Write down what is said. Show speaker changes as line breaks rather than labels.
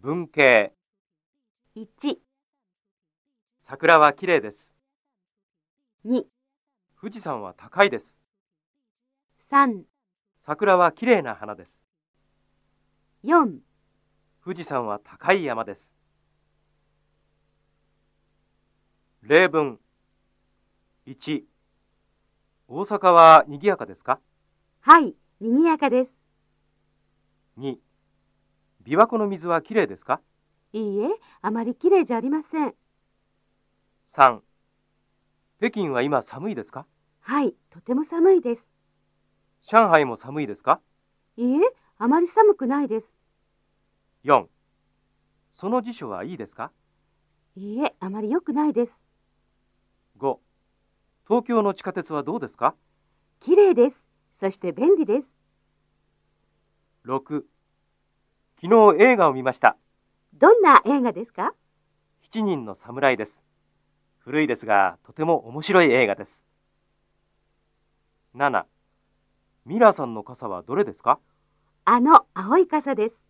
文系、
1、
桜は綺麗です。
2、
富士山は高いです。
3、
桜は綺麗な花です。
4、
富士山は高い山です。例文1大阪は賑やかですか
はい、賑やかです。
2琵琶湖の水はきれいですか
いいえ、あまり綺麗じゃありません。
3北京は今寒いですか
はい、とても寒いです。
上海も寒いですか
いいえ、あまり寒くないです。
4その辞書はいいですか
いいえ、あまり良くないです。
5東京の地下鉄はどうですか
綺麗です。そして便利です。
6昨日映画を見ました
どんな映画ですか
7人の侍です。古いですが、とても面白い映画です。7. ミラーさんの傘はどれですか
あの青い傘です。